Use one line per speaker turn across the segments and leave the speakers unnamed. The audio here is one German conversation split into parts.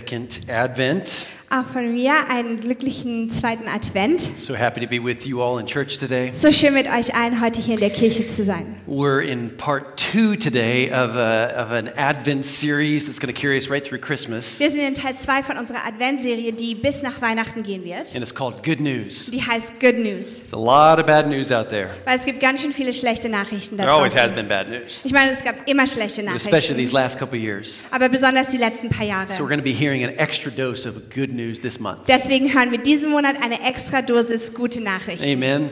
Second Advent.
Auch von mir einen glücklichen zweiten Advent.
So happy to be with you all in church today.
So schön mit euch allen heute hier in der Kirche zu sein.
We're in part two today of, a, of an Advent series that's going to carry us right through Christmas,
Wir sind in Teil 2 von unserer Adventserie, die bis nach Weihnachten gehen wird.
and it's called Good News.
Die heißt Good News,
It's a lot of bad news out there.
weil es gibt ganz schön viele schlechte Nachrichten da
There always has
draußen.
been bad news,
Ich meine, es gab immer schlechte
especially these
Nachrichten,
last couple years.
aber besonders die letzten paar
So we're
Jahre.
going to be hearing an extra dose of good news this month.
Deswegen hören wir diesen Monat eine extra Dosis gute Nachrichten.
Amen.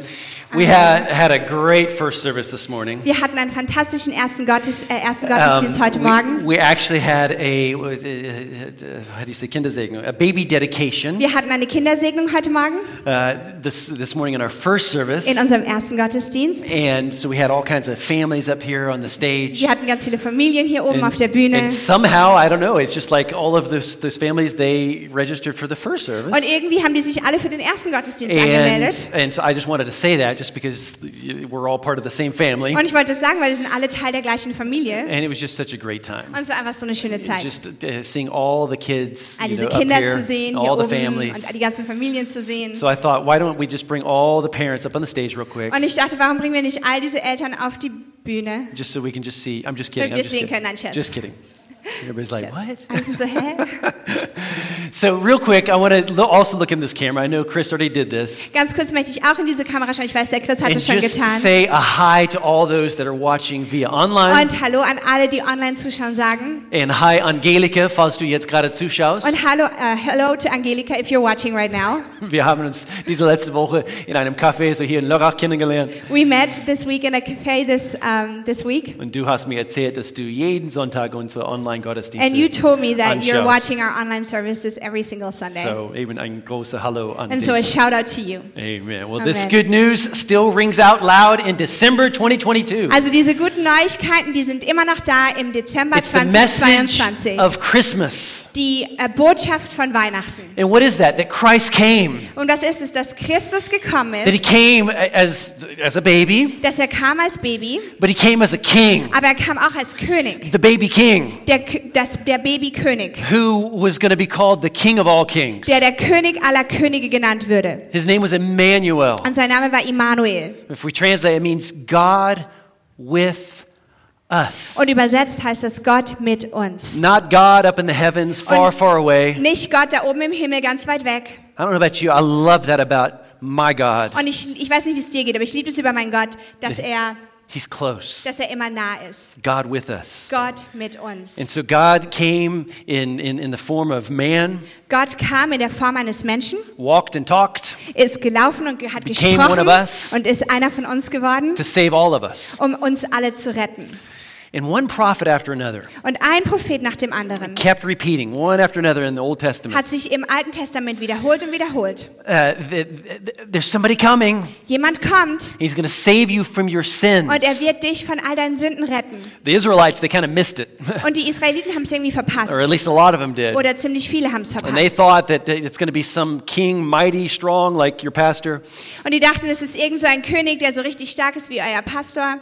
We had had a great first service this morning.
Wir hatten einen fantastischen ersten, Gottes, äh, ersten
Um,
Gottesdienst heute
we,
Morgen.
we actually had a what was it, uh, how do you say Kindersegnung, a baby dedication
Wir hatten eine Kindersegnung heute Morgen
uh, this this morning in our first service,
in unserem ersten Gottesdienst.
and so we had all kinds of families up here on the stage.
Wir hatten ganz viele Familien hier oben
And,
auf der Bühne.
and somehow, I don't know, it's just like all of those, those families, they registered for the first service.
Und irgendwie haben die sich alle für den ersten Gottesdienst angemeldet.
and, and so I just wanted to say that just because we're all part of the same family.
Und ich wollte es sagen, weil wir sind alle Teil der gleichen Familie.
And it was just such a great time.
Und es war einfach so eine schöne Zeit.
Just uh, seeing all the kids,
All
you
diese
know, up
Kinder
here,
zu sehen hier
all the
oben und die
families.
ganzen Familien zu sehen.
So I thought, why don't we just bring all the parents up on the stage real quick,
Und ich dachte, warum bringen wir nicht all diese Eltern auf die Bühne?
just so we can just see. I'm just kidding.
Damit
I'm
wir
just,
sehen können,
kidding.
nein, Scherz.
just kidding. Everybody's like, what?
Alle sind so, hä?
So real quick, I want to lo- also look in this camera. I know Chris already did this.
Ganz kurz möchte ich auch in diese Kamera schauen. Ich weiß, der Chris hat
and
es schon
just
getan.
say a hi to all those that are watching via online.
Und hallo an alle, die online zuschauen, sagen.
and hi Angelika, falls du jetzt gerade zuschaust.
Und hallo, äh, hello to Angelika, if you're watching right now.
Wir haben uns diese letzte Woche in einem Café, so hier in Lörrach, kennengelernt.
We met this week in a cafe this, um, this week.
Und du hast mir erzählt, dass du jeden Sonntag unsere Online-Gottesdienste
And you told me that you're
anschaust.
watching our online services every single Sunday.
So eben ein großer Hallo an
and
dich.
so a shout out to you.
Amen. Well, this
Amen.
good news still rings out loud in December 2022.
Also diese guten Neuigkeiten, die sind immer noch da im Dezember
It's the message
2022.
of Christmas.
Die äh, Botschaft von Weihnachten.
And what is that? That Christ came.
Und was ist es, dass Christus gekommen
That he
ist,
came as, as a baby,
dass er kam als Baby,
but he came as a king.
aber er kam auch als König.
The baby king
Der, K- das, der Babykönig,
who was going to be called the king of all kings.
der der König aller Könige genannt würde.
His name was Emmanuel.
Und sein Name war Immanuel.
If we translate, it means God with us.
Und übersetzt heißt das Gott mit uns.
Not God up in the heavens, far,
Und-
far away.
Nicht Gott da oben im Himmel ganz weit weg,
I don't know about you, I love that about my God.
Und ich, ich weiß nicht, wie es dir geht, aber ich liebe es über meinen Gott, dass er,
He's close.
dass er immer nah ist.
God with us.
Gott mit uns.
And so God came in, in, in the form of man,
Gott kam in der Form eines Menschen,
walked and talked
ist gelaufen und ge- hat
Became
gesprochen
one of us.
und ist einer von uns geworden,
to save all of us.
um uns alle zu retten.
And one prophet after another
Und ein Prophet nach dem anderen
kept repeating, one after another in the Old Testament.
hat sich im Alten Testament wiederholt und wiederholt.
Uh, th- th- th- there's somebody coming.
Jemand kommt
He's going to save you from your sins.
und er wird dich von all deinen Sünden retten.
The Israelites, they kind of missed it,
Und die Israeliten haben es irgendwie
or at
verpasst.
least a lot of them did.
Oder ziemlich viele haben es
And they
verpasst.
thought that it's going to be some king, mighty, strong, like your pastor.
Und die dachten, es ist irgend so ein König, der so richtig stark ist wie euer Pastor.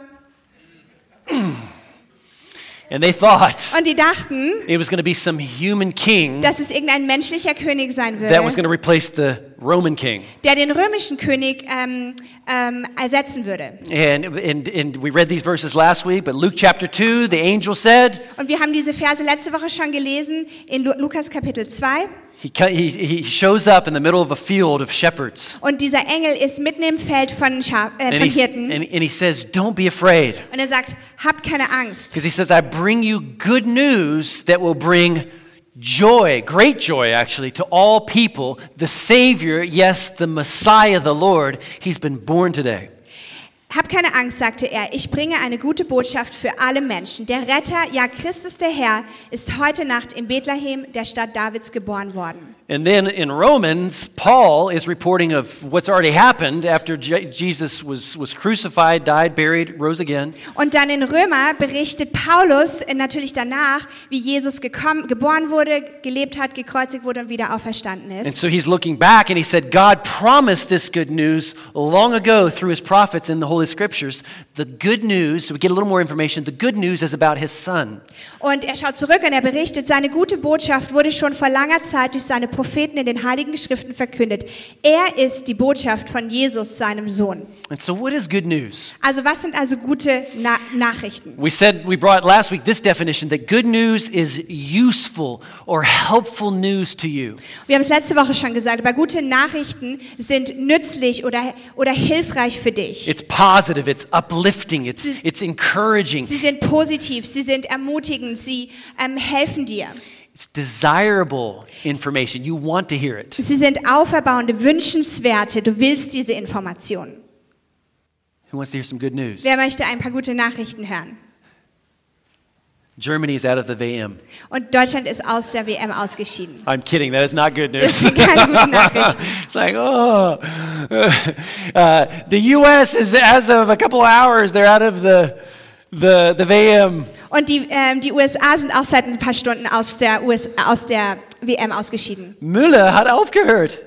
And they thought
Und die dachten,
it was going to be some human king
dass es irgendein menschlicher König sein
that was
würde,
going to replace the Roman king.
der den römischen König ähm, ähm, ersetzen würde.
And, and, and we read these verses last week, but Luke chapter 2, the angel said,
Und wir haben diese Verse letzte Woche schon gelesen in Lu Lukas Kapitel 2.
he, co- he, he shows up in the middle of a field of shepherds.
Und dieser Engel ist mitten im Feld von, Scha äh,
And
von
he,
Hirten.
and, and he says, Don't be afraid.
Und er sagt, habt keine Angst.
Because he says, I bring you good news that will bring joy, great joy actually, to all people. The Savior, yes, the Messiah, the Lord, he's been born today.
Hab keine Angst, sagte er. Ich bringe eine gute Botschaft für alle Menschen. Der Retter, ja Christus der Herr, ist heute Nacht in Bethlehem, der Stadt Davids, geboren worden.
And then in Romans, Paul is reporting of what's already happened after Je- Jesus was, was crucified, died, buried, rose again.
Und dann in Römer berichtet Paulus äh, natürlich danach, wie Jesus gekommen, geboren wurde, gelebt hat, gekreuzigt wurde und wieder auferstanden
And
ist.
so he's looking back and he said, God promised this good news long ago through his prophets in the Holy Scriptures. The good news, so we get a little more information, the good news is about his son.
Und er schaut zurück und er berichtet, seine gute Botschaft wurde schon vor langer Zeit durch seine Propheten in den heiligen Schriften verkündet. Er ist die Botschaft von Jesus, seinem Sohn.
And so, what is good news?
Also was sind also gute Na Nachrichten?
We said, we brought last week this definition that good news is useful or helpful news to you.
Wir haben es letzte Woche schon gesagt, aber gute Nachrichten sind nützlich oder, oder hilfreich für dich.
It's positive, it's uplifting, it's, it's encouraging,
Sie sind positiv, sie sind ermutigend, sie ähm, helfen dir.
it's desirable information. You want to hear it.
Sie sind auferbauende, wünschenswerte. Du willst diese Informationen.
Who wants to hear some good news?
Wer möchte ein paar gute Nachrichten hören?
Germany is out of the VM.
Und Deutschland ist aus der WM ausgeschieden.
I'm kidding. That is not good news.
Das sind keine guten Nachrichten.
it's like, oh, uh, the U.S. is as of a couple hours they're out of the the the VM.
Und die, ähm, die USA sind auch seit ein paar Stunden aus der, US, aus der WM ausgeschieden.
Müller hat aufgehört.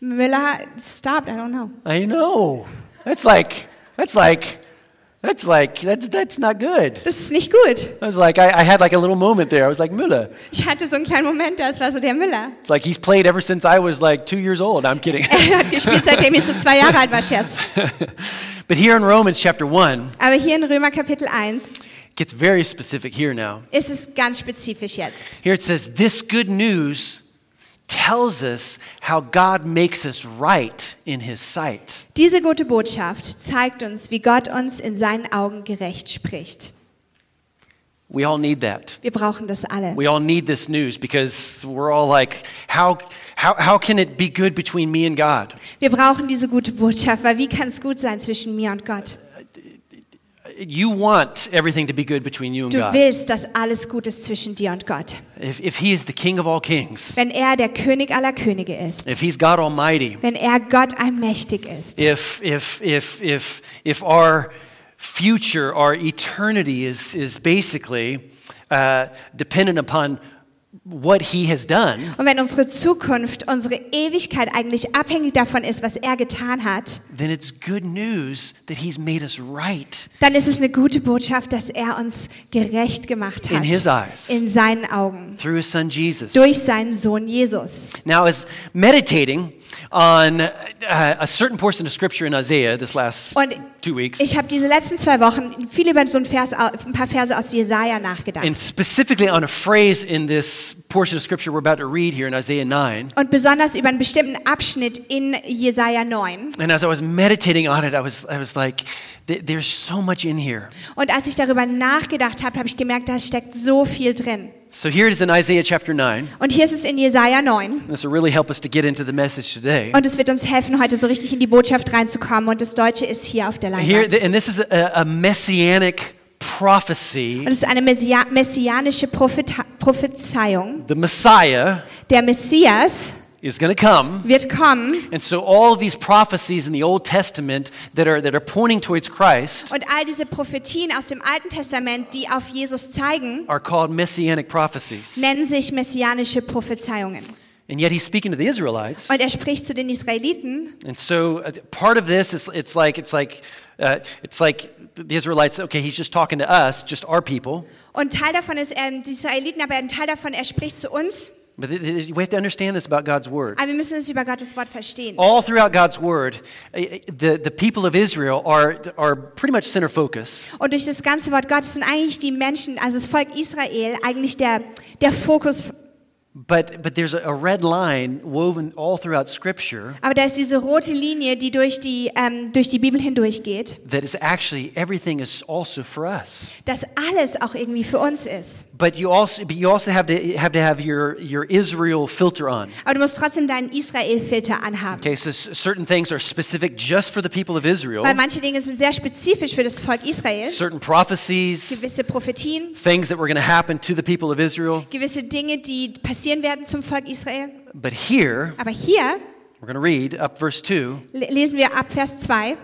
Müller stopped, I don't know.
I know. That's like that's like that's like that's that's not good.
Das ist nicht gut.
I was like, I, I had like a little moment there. I was like, Müller.
Ich hatte so einen kleinen Moment, das war so der Müller.
It's like he's played ever since I was like two years old. I'm kidding.
Er hat gespielt, seitdem ich so zwei Jahre alt war, Scherz.
but here in Romans chapter one
Aber hier in Römer Kapitel 1
it gets very specific here now.
ist es ganz spezifisch jetzt.
Here it says, This good news tells us how God makes us right in his sight.
Diese gute Botschaft zeigt uns, wie Gott uns in seinen Augen gerecht spricht.
We all need that.
Wir brauchen das alle.
We all need this news because we're all like, how, how, how can it be good between me and God?
Wir brauchen diese gute Botschaft, weil wie kann es gut sein zwischen mir und Gott?
You want everything to be good between you and
Du
God.
willst, dass alles gut ist zwischen dir und Gott.
If, if he is the king of all kings,
Wenn er der König aller Könige ist,
if he's God Almighty,
wenn er Gott allmächtig ist,
if, if, if, if, if our future, our eternity is, is basically uh, dependent upon what he has done,
und wenn unsere Zukunft, unsere Ewigkeit eigentlich abhängig davon ist, was er getan hat,
then it's good news that he's made us right.
dann ist es eine gute Botschaft, dass er uns gerecht gemacht
In
hat.
his eyes.
In seinen Augen.
Through his son Jesus.
Durch seinen Sohn Jesus.
Now, as meditating on uh, a certain portion of scripture in Isaiah this last
Und
two weeks,
Ich habe diese letzten zwei Wochen viel über so ein, Vers, ein paar Verse aus Jesaja nachgedacht.
and specifically on a phrase in this portion of scripture we're about to read here in Isaiah 9,
Und besonders über einen bestimmten Abschnitt in Jesaja 9.
and as I was meditating on it, I was, I was like, "Th- there's so much in here.
Und als ich darüber nachgedacht habe, habe ich gemerkt, da steckt so viel drin.
So here it is in Isaiah chapter 9.
Und hier ist es in Jesaja 9.
This will really help us to get into the message today.
Und es wird uns helfen, heute so richtig in die Botschaft reinzukommen. Und das Deutsche ist hier auf der
Here,
Leinwand.
th- and this is a, a messianic prophecy
Und es ist eine messia messianische Propheta- Prophezeiung.
the Messiah
Der Messias
is going to come.
wird kommen.
And so all these prophecies in the Old Testament that are, that are pointing towards Christ
Und all diese Prophetien aus dem Alten Testament, die auf Jesus zeigen,
are called messianic prophecies.
nennen sich messianische Prophezeiungen.
And yet he's speaking to the Israelites.
Und er spricht zu den Israeliten.
And so uh, part of this is it's like it's like uh, it's like the Israelites okay he's just talking to us just our people
Und Teil davon ist ähm, die Israeliten, aber ein Teil davon, er spricht zu uns.
but th- th- we have to understand this about God's word.
Aber wir müssen es über Gottes Wort verstehen.
All throughout God's word uh, uh, the the people of Israel are are pretty much center focus.
Und durch das ganze Wort Gottes sind eigentlich die Menschen, also das Volk Israel, eigentlich der, der Fokus.
But but there's a- a red line woven all throughout scripture
Aber da ist diese rote Linie, die durch die, ähm, durch die Bibel hindurchgeht,
that is actually everything is also for us.
dass alles auch irgendwie für uns ist.
But you also but you also have to have to have your your Israel filter on.
Aber du musst trotzdem deinen Israel-Filter anhaben.
Okay, Oh. so s- certain things are specific just for the people of Israel.
Weil manche Dinge sind sehr spezifisch für das Volk Israel.
Certain prophecies,
Gewisse Prophetien,
things that were going to happen to the people of Israel.
gewisse Dinge, die pass passieren werden zum Volk Israel.
But here,
Aber hier
we're going to read up verse 2.
le- lesen wir ab Vers 2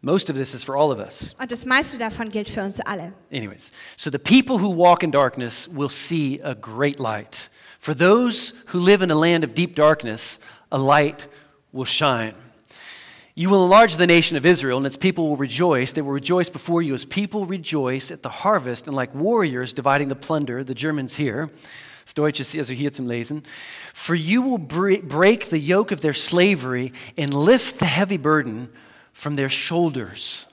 Most of this is for all of us.
und das meiste davon gilt für uns alle.
Anyways, so the people who walk in darkness will see a great light. For those who live in a land of deep darkness, a light will shine. You will enlarge the nation of Israel, and its people will rejoice. They will rejoice before you as people rejoice at the harvest, and like warriors dividing the plunder, the Germans here. Das Deutsche ist also hier zum Lesen. For you will bre- break the yoke of their slavery and lift the heavy burden from their shoulders.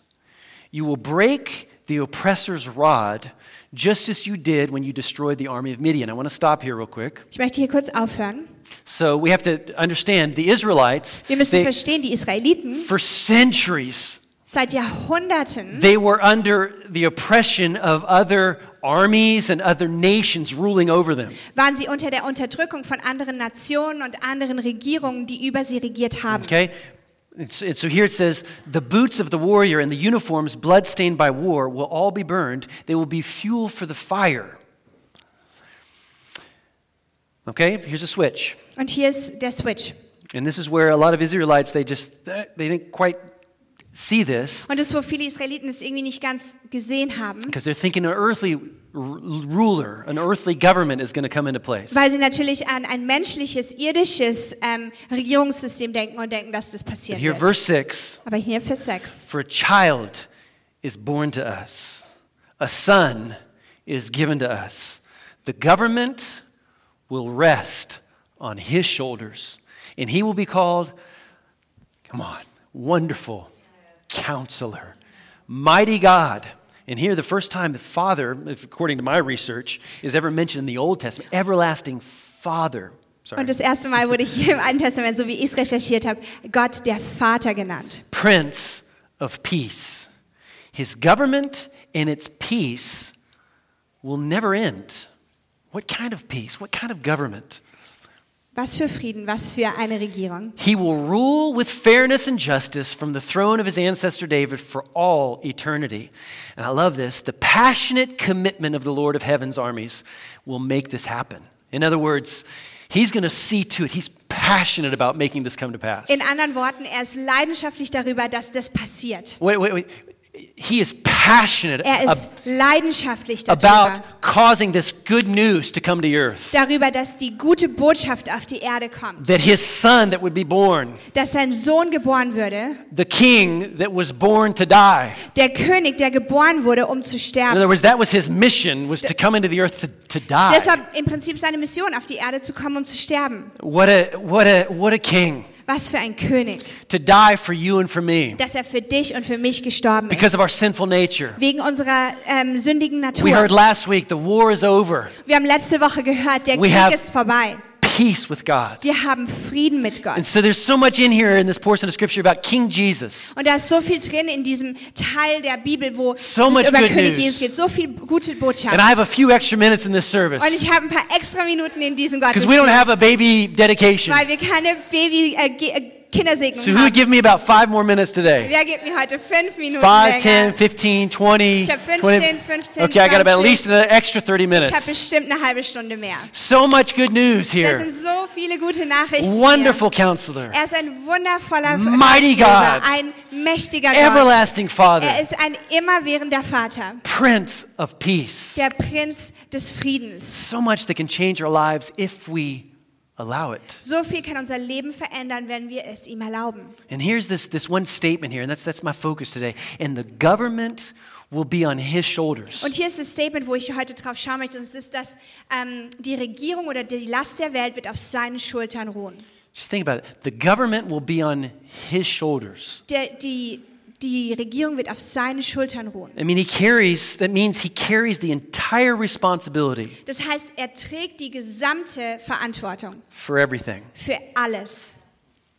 You will break the oppressor's rod, just as you did when you destroyed the army of Midian. I want to stop here real quick.
Ich möchte hier kurz aufhören.
So we have to understand the Israelites,
Wir müssen
they,
verstehen, die Israeliten
for centuries,
seit Jahrhunderten
they were under the oppression of other armies and other nations ruling over them.
waren sie unter der Unterdrückung von anderen Nationen und anderen Regierungen, die über sie regiert haben.
Okay? And so and so here it says, the boots of the warrior and the uniforms bloodstained by war will all be burned. They will be fuel for the fire. Okay, here's a switch.
Und hier ist der Switch.
And this is where a lot of Israelites, they just, they didn't quite see this
Und das, wo viele Israeliten es irgendwie nicht ganz gesehen haben,
because they're thinking an earthly r- ruler, an earthly government is going to come into place.
weil sie natürlich an ein menschliches, irdisches ähm, Regierungssystem denken und denken, dass das
But
passieren
here,
wird.
verse 6.
Aber hier Vers 6.
For a child is born to us, a son is given to us. The government will rest on his shoulders, and he will be called, come on, wonderful counselor, mighty God. And here, the first time the Father, if- according to my research, is ever mentioned in the Old Testament, everlasting Father. Sorry.
Und das erste Mal wurde hier im Alten Testament, so wie ich es recherchiert habe, Gott der Vater genannt.
Prince of Peace. His government and its peace will never end. What kind of peace? What kind of government?
Was für Frieden, was für eine Regierung.
He will rule with fairness and justice from the throne of his ancestor David for all eternity. And I love this. The passionate commitment of the Lord of Heaven's armies will make this happen. In other words, he's going to see to it. He's passionate about making this come to pass.
In anderen Worten, er ist leidenschaftlich darüber, dass das passiert.
Wait, wait, wait. He is passionate
Er
ab-
ist leidenschaftlich darüber,
about causing this good news to come to earth.
darüber, dass die gute Botschaft auf die Erde kommt,
That his son that would be born,
dass sein Sohn geboren würde,
the king that was born to die.
der König, der geboren wurde, um zu
In
sterben.
other words, that was his mission, was to come into the earth to, to die.
Das war im Prinzip seine Mission, auf die Erde zu kommen, um zu sterben.
What a, what, a, what a king
Was für ein König,
to die for you and for me
dass er für dich und für mich gestorben ist.
because of our sinful nature.
Wegen unserer ähm, sündigen
We
Natur.
heard last week the war is over,
Wir haben letzte Woche gehört, der
We have-
Krieg ist vorbei.
peace with God.
Wir haben Frieden mit Gott.
And so there's so much in here in this portion of scripture about King Jesus.
Und da ist so viel drin in diesem Teil der Bibel, wo
So much
es über
good
König
news.
Jesus geht. So viel gute Botschaft.
And I have a few extra minutes in this
Und
service
ich habe ein paar extra Minuten in diesem
because
Gottesdienst.
we don't have a baby dedication.
weil wir keine Baby äh, Ge- äh, Kindersegnung
So who would
haben.
give me about five more minutes today?
Wer gibt mir heute fünf Minuten
Five, 10,
länger?
15, 20.
Ich hab 15,
20.
15,
Okay, I got about at
20.
least an extra 30
ich habe
minutes.
bestimmt eine halbe Stunde mehr.
So much good news
Da
here.
sind so viele gute Nachrichten. hier.
Wonderful counselor,
Er ist ein wundervoller
Mighty
Ratgeber,
God.
ein mächtiger Gott.
everlasting
Er
Father,
ist ein immerwährender Vater,
Prince of Peace.
der Prinz des Friedens.
So much that can change our lives if we allow it.
So viel kann unser Leben verändern, wenn wir es ihm erlauben.
And here's this, this one statement here, and that's, that's my focus today. And the government will be on his shoulders.
Und hier ist das Statement, wo ich heute drauf schauen möchte. Und es ist, dass ähm, die Regierung oder die Last der Welt wird auf seinen Schultern ruhen.
Just think about it. The government will be on his shoulders.
Der, die, die Regierung wird auf seinen Schultern ruhen.
I mean, he carries, that means he carries the entire responsibility
Das heißt, er trägt die gesamte Verantwortung
for everything
für alles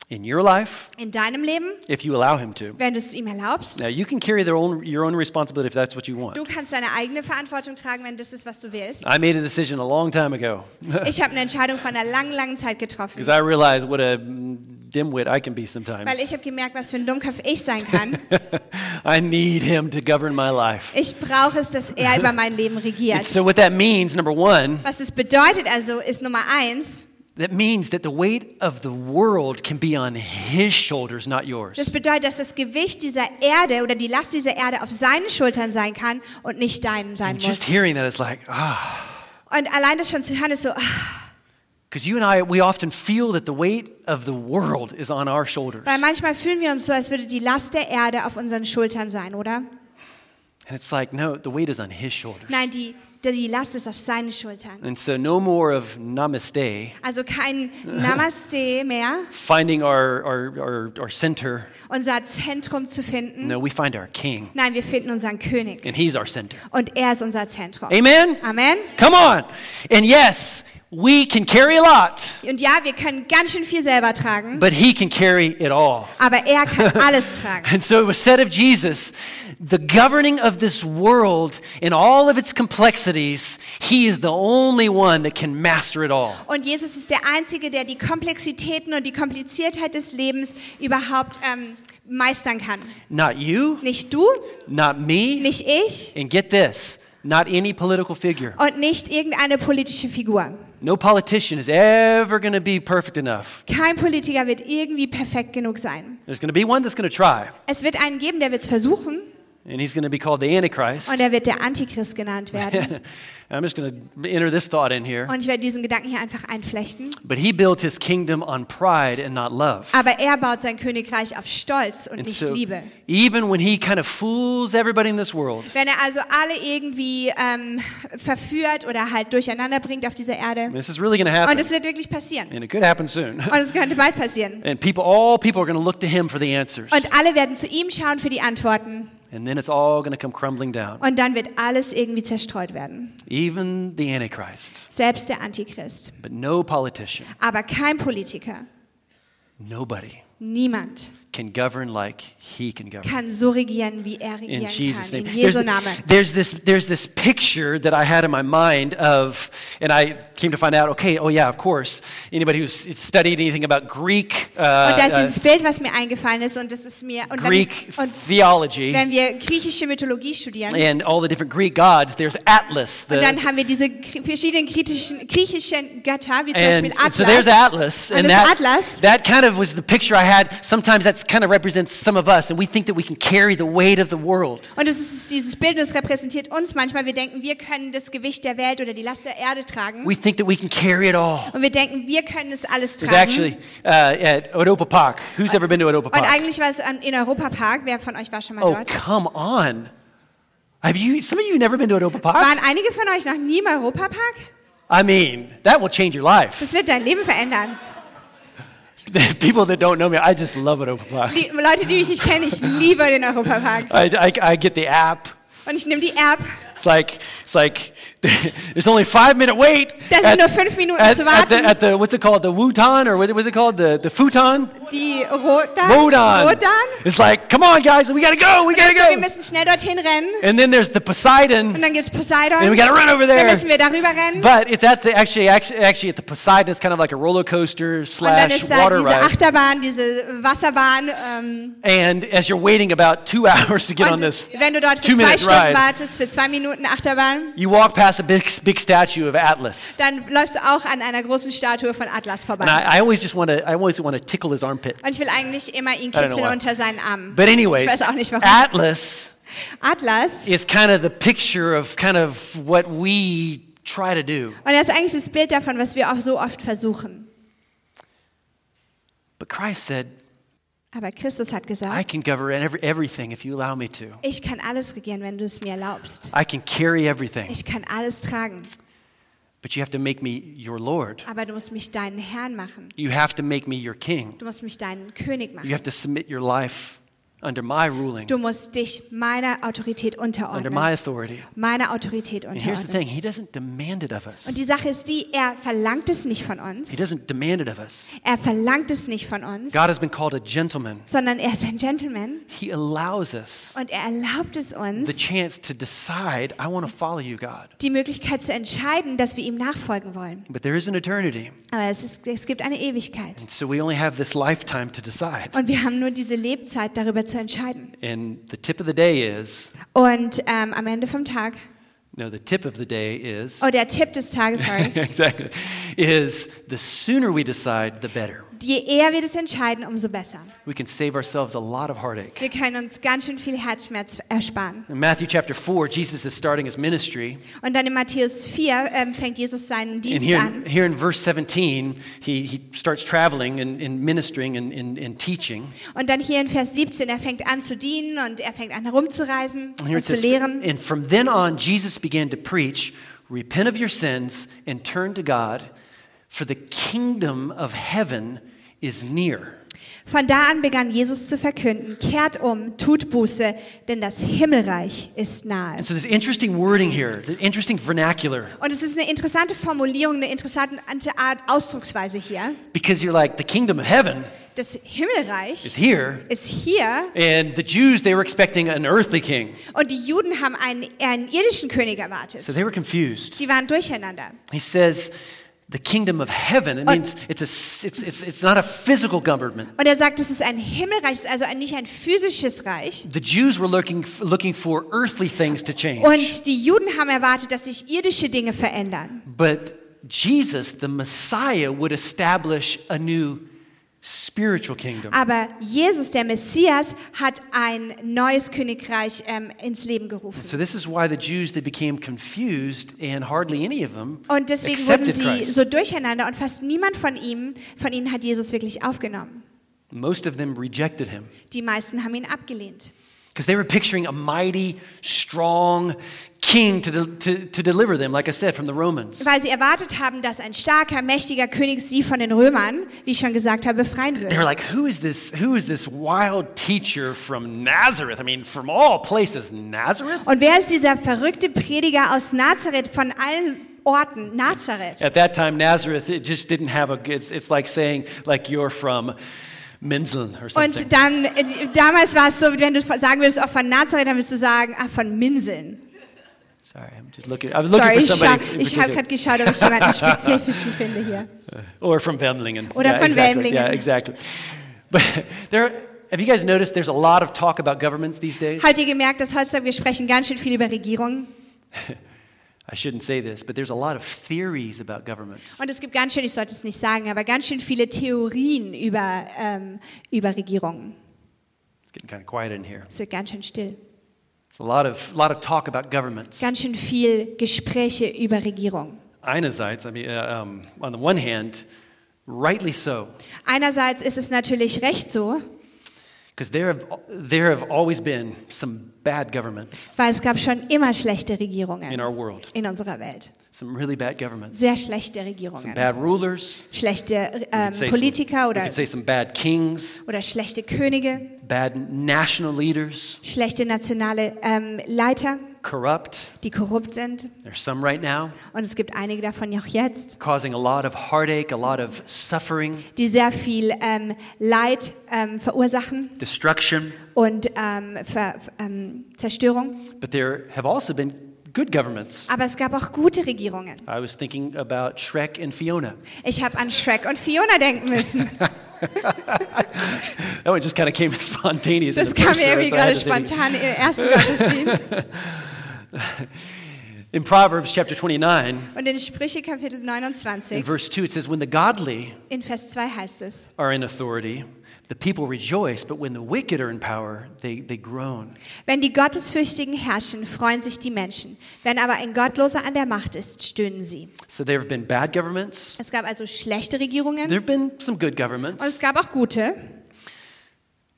in your life
in deinem Leben,
if you allow him to.
wenn du es ihm erlaubst.
Now, you can carry their own, your own responsibility if that's what you want.
Du kannst deine eigene Verantwortung tragen, wenn das ist, was du willst.
I made a decision a long time ago
Ich habe eine Entscheidung vor einer langen, langen Zeit getroffen,
because I realized what a dimwit I can be sometimes.
weil ich habe gemerkt, was für ein Dummkopf ich sein kann.
I need him to govern my life.
Ich brauche es, dass er über mein Leben regiert.
And so, what that means, number one,
Was das bedeutet also, ist Nummer eins,
that means that the weight of the world can be on his shoulders, not
das
yours.
bedeutet, dass das Gewicht dieser Erde oder die Last dieser Erde auf seinen Schultern sein kann und nicht deinen sein
And just
muss.
hearing that is like, ah.
Und allein das schon zu hören ist so, ah,
Because you and I, we often feel that the weight of the world is on our shoulders.
weil manchmal fühlen wir uns so, als würde die Last der Erde auf unseren Schultern sein, oder?
And it's like, no, the weight is on his shoulders.
Nein, die, die Last ist auf seinen Schultern.
And so, no more of namaste,
Also kein Namaste mehr,
finding our, our, our, our center.
unser Zentrum zu finden.
No, we find our king,
Nein, wir finden unseren König.
and he's our center.
Und er ist unser Zentrum.
Amen?
Amen.
Come on. And yes, we can carry a lot,
Und ja, wir können ganz schön viel selber tragen,
but he can carry it all.
aber er kann alles tragen.
And so it was said of Jesus, the governing of this world in all of its complexities, he is the only one that can master it all.
Und Jesus ist der Einzige, der die Komplexitäten und die Kompliziertheit des Lebens überhaupt ähm, meistern kann.
Not you,
Nicht du,
not me,
nicht ich
and get this, not any political figure.
und nicht irgendeine politische Figur.
No politician is ever going to be perfect enough.
Kein Politiker wird irgendwie perfekt genug sein.
There's going to be one that's going to try,
Es wird einen geben, der wird es versuchen
and he's going to be called the Antichrist.
und er wird der Antichrist genannt werden.
I'm just going to enter this thought in here.
Und ich werde diesen Gedanken hier einfach einflechten.
But he built his kingdom on pride and not love.
Aber er baut sein Königreich auf Stolz und
And
nicht
so,
Liebe.
even when he kind of fools everybody in this world,
Wenn er also alle irgendwie ähm, verführt oder halt durcheinander bringt auf dieser Erde.
this is really going to
Und
happen,
es wird wirklich passieren.
and it could happen soon.
Und es könnte bald passieren.
and people, all people are going to look to him for the answers,
Und alle werden zu ihm schauen für die Antworten.
and then it's all going to come crumbling down.
Und dann wird alles irgendwie zerstreut werden.
Even the Antichrist,
Selbst der Antichrist.
but no politician,
Aber kein Politiker,
nobody
niemand
can govern like he can govern.
kann so regieren, wie er regieren
in Jesus'
kann.
name.
In
There's, uh,
Jesu Name.
there's this there's this picture that I had in my mind of, and I came to find out. Okay, oh yeah, of course. Anybody who's studied anything about Greek uh,
Und da ist
uh,
dieses Bild, was mir eingefallen ist. Und das ist mir... Und,
Greek
dann, und
theology
wenn wir griechische Mythologie studieren,
and all the different Greek gods, there's Atlas.
und dann
The,
haben wir diese gr- verschiedenen griechischen, griechischen Götter, wie zum
and,
Beispiel
and
Atlas.
so there's Atlas,
Und
and
das
that,
Atlas.
that kind of was the picture I had. Sometimes that's kind of represents some of us, and we think that we can carry the weight of the world.
Und es ist dieses Bild, und es repräsentiert uns manchmal. Wir denken, wir können das Gewicht der Welt oder die Last der Erde tragen.
We think that we can carry it all.
Und wir denken, wir können es alles
It was
tragen.
actually uh, at Europa Park. Who's ever been to Europa
und
Park?
eigentlich war es an- in Europa Park. Wer von euch war schon mal
Oh,
dort?
come on. Have you, some of you never been to Adobe Park?
Waren einige von euch noch nie im Europa Park?
I mean, that will change your life.
Das wird dein Leben verändern.
The People that don't know me, I just love Adobe Park.
Die Leute, die mich nicht kennen, ich liebe den Europa Park.
I, I, I get the app.
Und ich nehme die App.
It's like, it's like, there's only five minute wait.
Da sind nur fünf Minuten
at,
zu
at the,
warten.
at the, what's it called? The Wutan, or what was it called? The, the futon?
Die Rotan.
Rodan.
Rodan.
It's like, come on, guys, we gotta go, we gotta
Also, wir
go.
müssen schnell dorthin rennen.
And then there's the
Und
Poseidon,
dann gibt's Poseidon.
and we gotta run over
Dann
there.
müssen wir darüber rennen.
But it's at the actually, actually, actually at the Poseidon. It's kind of like a roller coaster
Und dann
slash
ist da
water
diese
ride.
Achterbahn, diese Wasserbahn. Ähm,
And as you're waiting about two hours to get on
und
this
wenn du dort für zwei
two-minute
Stunden
ride,
wartest, für zwei Minuten Achterbahn,
you walk past a big, big statue of Atlas.
dann läufst du auch an einer großen Statue von Atlas
And
vorbei.
I, I always just want to, I always want to tickle his armpit.
Und ich will eigentlich immer ihn
don't know
kitzeln
why.
unter seinen Armen.
But anyways,
ich weiß auch nicht warum.
Atlas
Atlas.
is kind of the picture of kind of what we try to do.
Und das ist eigentlich das Bild davon, was wir auch so oft versuchen.
But Christ said,
Aber Christus hat
"I
gesagt,
can govern every, everything if you allow me to.
ich kann alles regieren, wenn du es mir erlaubst.
I can carry everything,
Ich kann alles tragen,
but you have to make me your Lord.
aber du musst mich deinen Herrn machen.
You have to make me your King."
Du musst mich deinen König machen.
You have to submit your life under my ruling,
Du musst dich meiner Autorität
under
unterordnen.
my authority.
meiner Autorität
And here's the
unterordnen.
thing He doesn't demand it of us.
Und die Sache ist die, er verlangt es nicht von uns.
He doesn't demand it of us.
Er verlangt es nicht von uns,
God has been called a gentleman.
sondern er ist ein Gentleman
He allows us
und er erlaubt es
the
uns,
chance to decide, I want to follow you, God.
die Möglichkeit zu entscheiden, dass wir ihm nachfolgen wollen.
But there is an eternity.
Aber es, ist, es gibt eine Ewigkeit.
And so we only have this lifetime to decide.
Und wir haben nur diese Lebzeit, darüber zu entscheiden.
And the tip of the day is
Und ähm, am Ende vom Tag,
no, the tip of the day is
oh, der Tipp des Tages, sorry,
exactly is the sooner we decide, the better.
je eher wir das entscheiden, umso besser.
We can save ourselves a lot of heartache.
Wir können uns ganz schön viel Herzschmerz ersparen.
In Matthew chapter 4, Jesus is starting his ministry.
Und dann in Matthäus 4 ähm, fängt Jesus seinen
And
Dienst
here,
an.
here in verse 17, he, he starts traveling and, and ministering and, and, and teaching.
Und dann hier in Vers 17, er fängt an zu dienen und er fängt an herumzureisen
And here
und
it
zu
says,
lehren.
And from then on, Jesus began to preach, repent of your sins and turn to God, for the kingdom of heaven is near.
Von da an begann Jesus zu verkünden, kehrt um, tut Buße, denn das Himmelreich ist nahe.
And so there's interesting wording here, the interesting vernacular,
Und es ist eine interessante Formulierung, eine interessante Art Ausdrucksweise hier.
because you're like, the kingdom of heaven
Das
is
Himmelreich
here.
ist hier
And the Jews, they were expecting an earthly king.
und die Juden haben einen, einen irdischen König
So
erwartet.
they were confused.
Die waren durcheinander.
He says, the kingdom of heaven, it
Und-
means it's, a, s- it's, it's, it's not a physical government.
Und er sagt, es ist ein Himmelreich, es ist also ein, nicht ein physisches Reich.
The Jews were looking, f- looking for earthly things to change.
Und die Juden haben erwartet, dass sich irdische Dinge verändern.
But Jesus, the Messiah, would establish a new spiritual kingdom.
Aber Jesus, der Messias, hat ein neues Königreich ähm, ins Leben gerufen.
So this is why the Jews they became confused and hardly any of them
Und deswegen wurden
accepted
sie
Christ.
so durcheinander und fast niemand von, ihm, von ihnen hat Jesus wirklich aufgenommen.
Most of them rejected him
Die meisten haben ihn abgelehnt.
because they were picturing a mighty, strong king to, de- to, to deliver them, like I said, from the Romans.
Weil sie erwartet haben, dass ein starker, mächtiger König sie von den Römern, wie ich schon gesagt habe, befreien
They
würde.
were like, who is this? Who is this wild teacher from Nazareth? I mean, from all places, Nazareth.
Und wer ist dieser verrückte Prediger aus Nazareth von allen Orten? Nazareth.
At that time, Nazareth it just didn't have a. It's, it's like saying like you're from Minzel or something.
Und dann, äh, damals war es so, wenn du sagen würdest, auch von Nazareth, dann würdest du sagen, ah, von Minseln.
Sorry, I'm just looking. I was looking
Sorry,
for
ich, schau-
somebody in
ich habe
particular.
gerade geschaut, ob ich jemanden spezifischen finde hier.
or from Vemlingen.
Oder von
exactly.
Wemlingen.
Yeah, exactly. But there, have you guys noticed? There's a lot of talk about governments these days.
Habt ihr gemerkt, dass heutzutage wir sprechen ganz schön viel über Regierungen?
I shouldn't say this, but there's a lot of theories about governments.
Und es gibt ganz schön, ich sollte es nicht sagen, aber ganz schön viele Theorien über, ähm, über Regierungen.
It's getting kind of quiet in here.
Es wird ganz schön still.
It's a lot of lot of talk about governments.
Ganz schön viel Gespräche über Regierung.
Einasides, I mean, uh, um, on the one hand, rightly so,
Einerseits ist es natürlich recht so,
because there have there have always been some bad governments
weil es gab schon immer schlechte
in
Regierungen
our world.
in unserer Welt.
Some really bad governments.
Sehr schlechte
Some
Regierungen.
bad rulers.
Schlechte
We
ähm,
could say some-
Politiker
we
oder,
could say some bad kings.
oder schlechte Könige,
bad national leaders,
schlechte nationale ähm, Leiter,
corrupt.
die korrupt sind.
There's some right now
Und es gibt einige davon auch jetzt.
causing a lot of heartache, a lot of suffering,
die sehr viel ähm, Leid ähm, verursachen
destruction.
und ähm, Ver, ähm, Zerstörung.
But there have also been good governments.
Aber es gab auch gute Regierungen.
I was thinking about Shrek and Fiona.
Ich habe an Shrek und Fiona denken müssen.
That one just kind of came spontaneous. in
Das
the
kam
first
mir irgendwie
service. I had to think.
gerade spontan im ersten Gottesdienst.
In Proverbs chapter 29,
Und in Sprüche Kapitel
in
29,
verse 2, it says, When the godly
in Vers 2 heißt es,
are in authority, the people rejoice, but when the wicked are in power, they, they groan.
wenn die Gottesfürchtigen herrschen, freuen sich die Menschen. Wenn aber ein Gottloser an der Macht ist, stöhnen sie.
So there have been bad governments,
Es gab also schlechte Regierungen
there have been some good
und es
governments,
gab auch gute,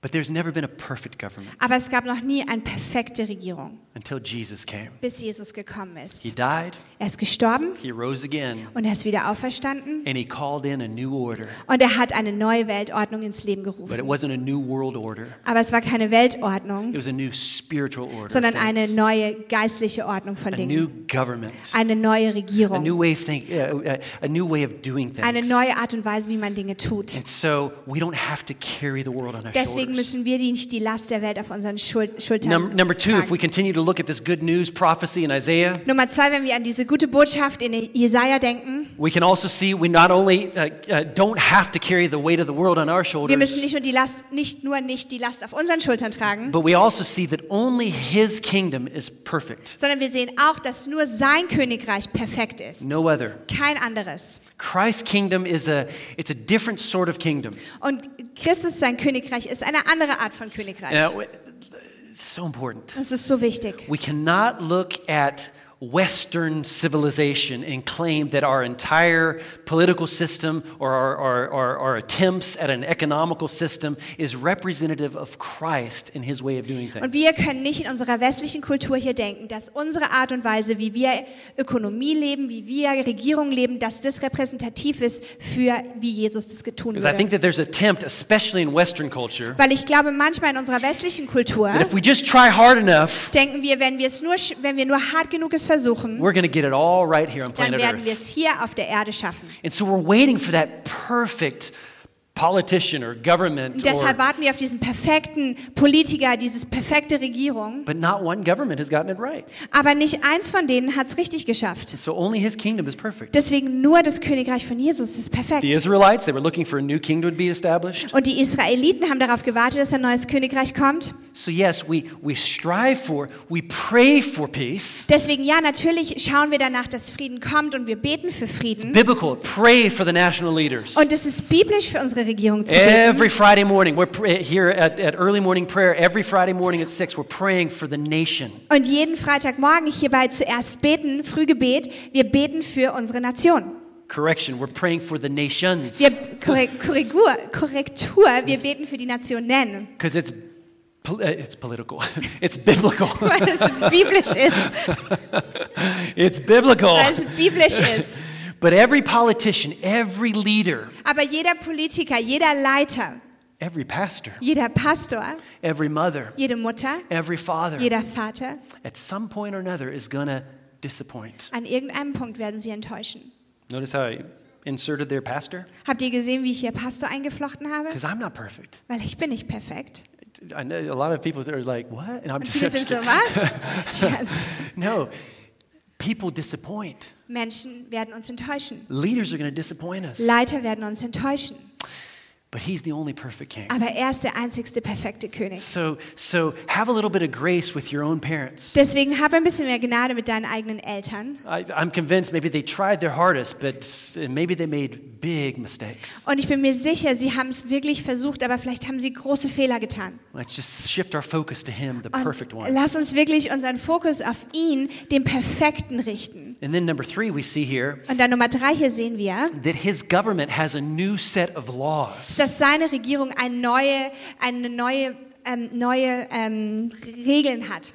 but there's never been a perfect government.
aber es gab noch nie eine perfekte Regierung,
until Jesus came.
bis Jesus gekommen ist.
He died,
Er ist gestorben
he rose again,
und er ist wieder auferstanden
and he called in a new order.
und er hat eine neue Weltordnung ins Leben
But it
gerufen.
wasn't a new world order,
Aber es war keine
it
Weltordnung,
was a new spiritual order. of
sondern eine
things.
neue geistliche Ordnung von
a new
Dingen.
government,
Eine neue
a new
Regierung.
way of think, uh, uh, a new way of doing things.
Eine neue Art und Weise, wie man Dinge tut.
And so we don't have to carry the world on our
Deswegen
shoulders.
müssen wir die nicht die Last der Welt auf unseren Schul Schultern
Num- number two, if
tragen.
we continue to look at this good news prophecy in Isaiah,
Nummer zwei, wenn wir an diese gute Botschaft in Jesaja denken,
we can also see we not only uh, uh, don't have to carry the weight of the world on our
wir müssen
shoulders,
nicht nur, die Last, nicht nur nicht die Last auf unseren Schultern tragen,
but we also see that only His kingdom is perfect,
sondern wir sehen auch, dass nur sein Königreich perfekt ist.
no other.
Kein anderes.
Christ's kingdom is a it's a different sort of kingdom.
Und Christus, sein Königreich, ist eine andere Art von Königreich.
Now, w- it's so important.
Das ist so wichtig.
We cannot look at Western civilization and claim that our entire political system or our, our, our, our attempts at an economical system is representative of Christ and his way of doing things.
Und wir können nicht in unserer westlichen Kultur hier denken, dass unsere Art und Weise, wie wir Ökonomie leben, wie wir Regierung leben, dass das repräsentativ ist für, wie Jesus das getun
Because I think that
würde.
there's an attempt, especially in Western culture,
Weil ich glaube, manchmal in unserer westlichen Kultur
that if we just try hard enough,
denken wir, wenn wir es nur, sch- wenn wir nur hart genug es versuchen,
we're going to get it all right here on
dann
planet
werden wir
Earth.
es hier auf der Erde schaffen.
And so we're waiting for that perfect politician or government,
Und
or,
deshalb warten wir auf diesen perfekten Politiker, dieses perfekte Regierung.
but not one government has gotten it right.
Aber nicht eins von denen hat es richtig geschafft.
So only his kingdom is perfect.
Deswegen nur das Königreich von Jesus ist perfekt.
The Israelites, they were looking for a new kingdom to be established.
Und die Israeliten haben darauf gewartet, dass ein neues Königreich kommt.
So, yes, we, we strive for, we pray for peace.
Deswegen ja, natürlich schauen wir danach, dass Frieden kommt und wir beten für Frieden.
Biblical, pray for the national leaders.
Und es ist biblisch für unsere Regierung zu beten.
Every Friday morning, we're pr- here at, at early morning prayer, every Friday morning at 6, we're praying for the nation.
Und jeden Freitagmorgen hierbei zuerst beten, Frühgebet. Wir beten für unsere Nation.
Correction, we're praying for the nations.
Wir Korre- Korrektur, Korrektur, wir beten für die Nationen,
Because it's, pol- uh, it's political, it's biblical.
weil es biblisch ist,
it's biblical.
weil es biblisch ist.
But every politician, every leader,
Aber jeder Politiker, jeder Leiter,
every pastor,
jeder Pastor,
every mother,
jede Mutter,
every father,
jeder Vater,
at some point or another is going to disappoint.
an irgendeinem Punkt werden sie enttäuschen.
Notice how I inserted their pastor?
Habt ihr gesehen, wie ich hier Pastor eingeflochten habe?
Because I'm not perfect.
Weil ich bin nicht perfekt.
I know a lot of people that are like, what? And I'm
Und
just,
viele sind so, was? Scherz.
no. People disappoint.
Menschen werden uns enttäuschen.
Leaders are going to disappoint us.
Leiter werden uns enttäuschen.
But he's the only perfect king.
Aber er ist der einzigste perfekte König.
So, so have a little bit of grace with your own parents.
Deswegen hab ein bisschen mehr Gnade mit deinen eigenen Eltern.
I, I'm convinced maybe they tried their hardest, but s- maybe they made big mistakes.
Und ich bin mir sicher, sie haben es wirklich versucht, aber vielleicht haben sie große Fehler getan.
Let's just shift our focus to him, the
Und
perfect one.
lass uns wirklich unseren Fokus auf ihn, den Perfekten, richten.
And then number three, we see here
Und dann Nummer drei hier sehen wir,
that his government has a new set of laws.
dass seine Regierung eine neue, eine neue, ähm, neue ähm, Regeln hat,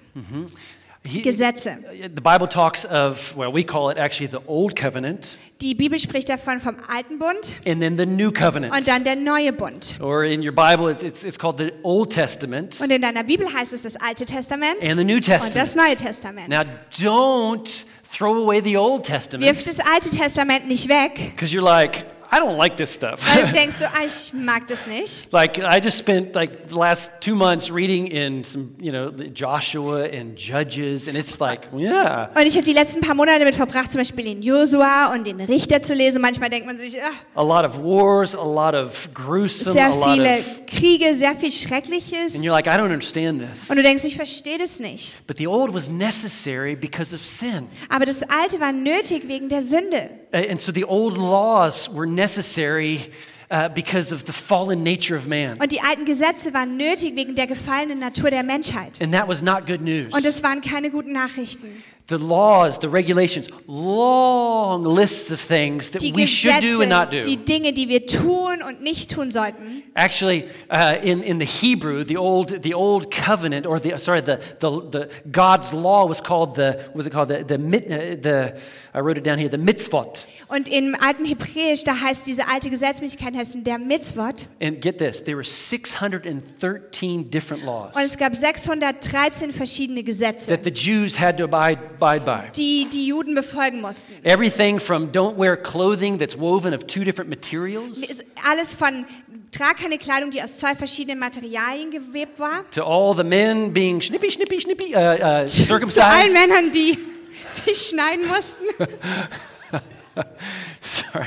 He-
Gesetze.
the Bible talks of, well, we call it actually the Old Covenant
Die Bibel spricht davon vom Alten Bund
and then the New Covenant.
und dann der Neue Bund.
or in your Bible, it's, it's, it's called the Old Testament
Und in deiner Bibel heißt es das Alte Testament
and the New
und das
Testament.
Neue Testament.
Now, don't throw away the Old Testament
Wirf das Alte Testament nicht weg,
because you're like, I don't like this stuff.
weil du denkst so, ah, ich mag das nicht.
like, I just spent like the last two months reading in some, you know, the Joshua and Judges, and it's like, yeah.
Und ich habe die letzten paar Monate damit verbracht, zum Beispiel den Josua und den Richter zu lesen. Manchmal denkt man sich, ach,
A lot of wars, a lot of gruesome,
sehr
a lot
viele
of.
Kriege, sehr viel Schreckliches.
And you're like, I don't understand this.
Und du denkst, ich verstehe das nicht.
But the old was necessary because of sin.
Aber das Alte war nötig wegen der Sünde.
Uh, And so the old laws were necessary uh, because of the fallen nature of man.
Und die alten Gesetze waren nötig wegen der gefallenen Natur der Menschheit.
And that was not good news.
Und es waren keine guten Nachrichten.
The laws, the regulations, long lists of things that
Die
we should do and not
Gesetze, die
do.
Dinge, die wir tun und nicht tun sollten.
Actually, uh, in, in the Hebrew, the old, the old covenant, or the, sorry, the, the, the God's law was called the, what was it called? The, the, mit- uh, the, I wrote it down here, the mitzvot.
Und im alten Hebräisch, da heißt diese alte Gesetzmäßigkeit, heißt der Mitzvot.
And get this, there were 613 different laws.
Und es gab 613 verschiedene Gesetze,
that the Jews had to abide, abide by.
die die Juden befolgen mussten.
Everything from don't wear clothing that's woven of two different materials
Alles von Trag keine Kleidung, die aus zwei verschiedenen Materialien gewebt war.
To all the men being schnippy, schnippy, schnippy, uh, uh,
Zu allen
circumcised.
Männern, die sich schneiden mussten.
Sorry.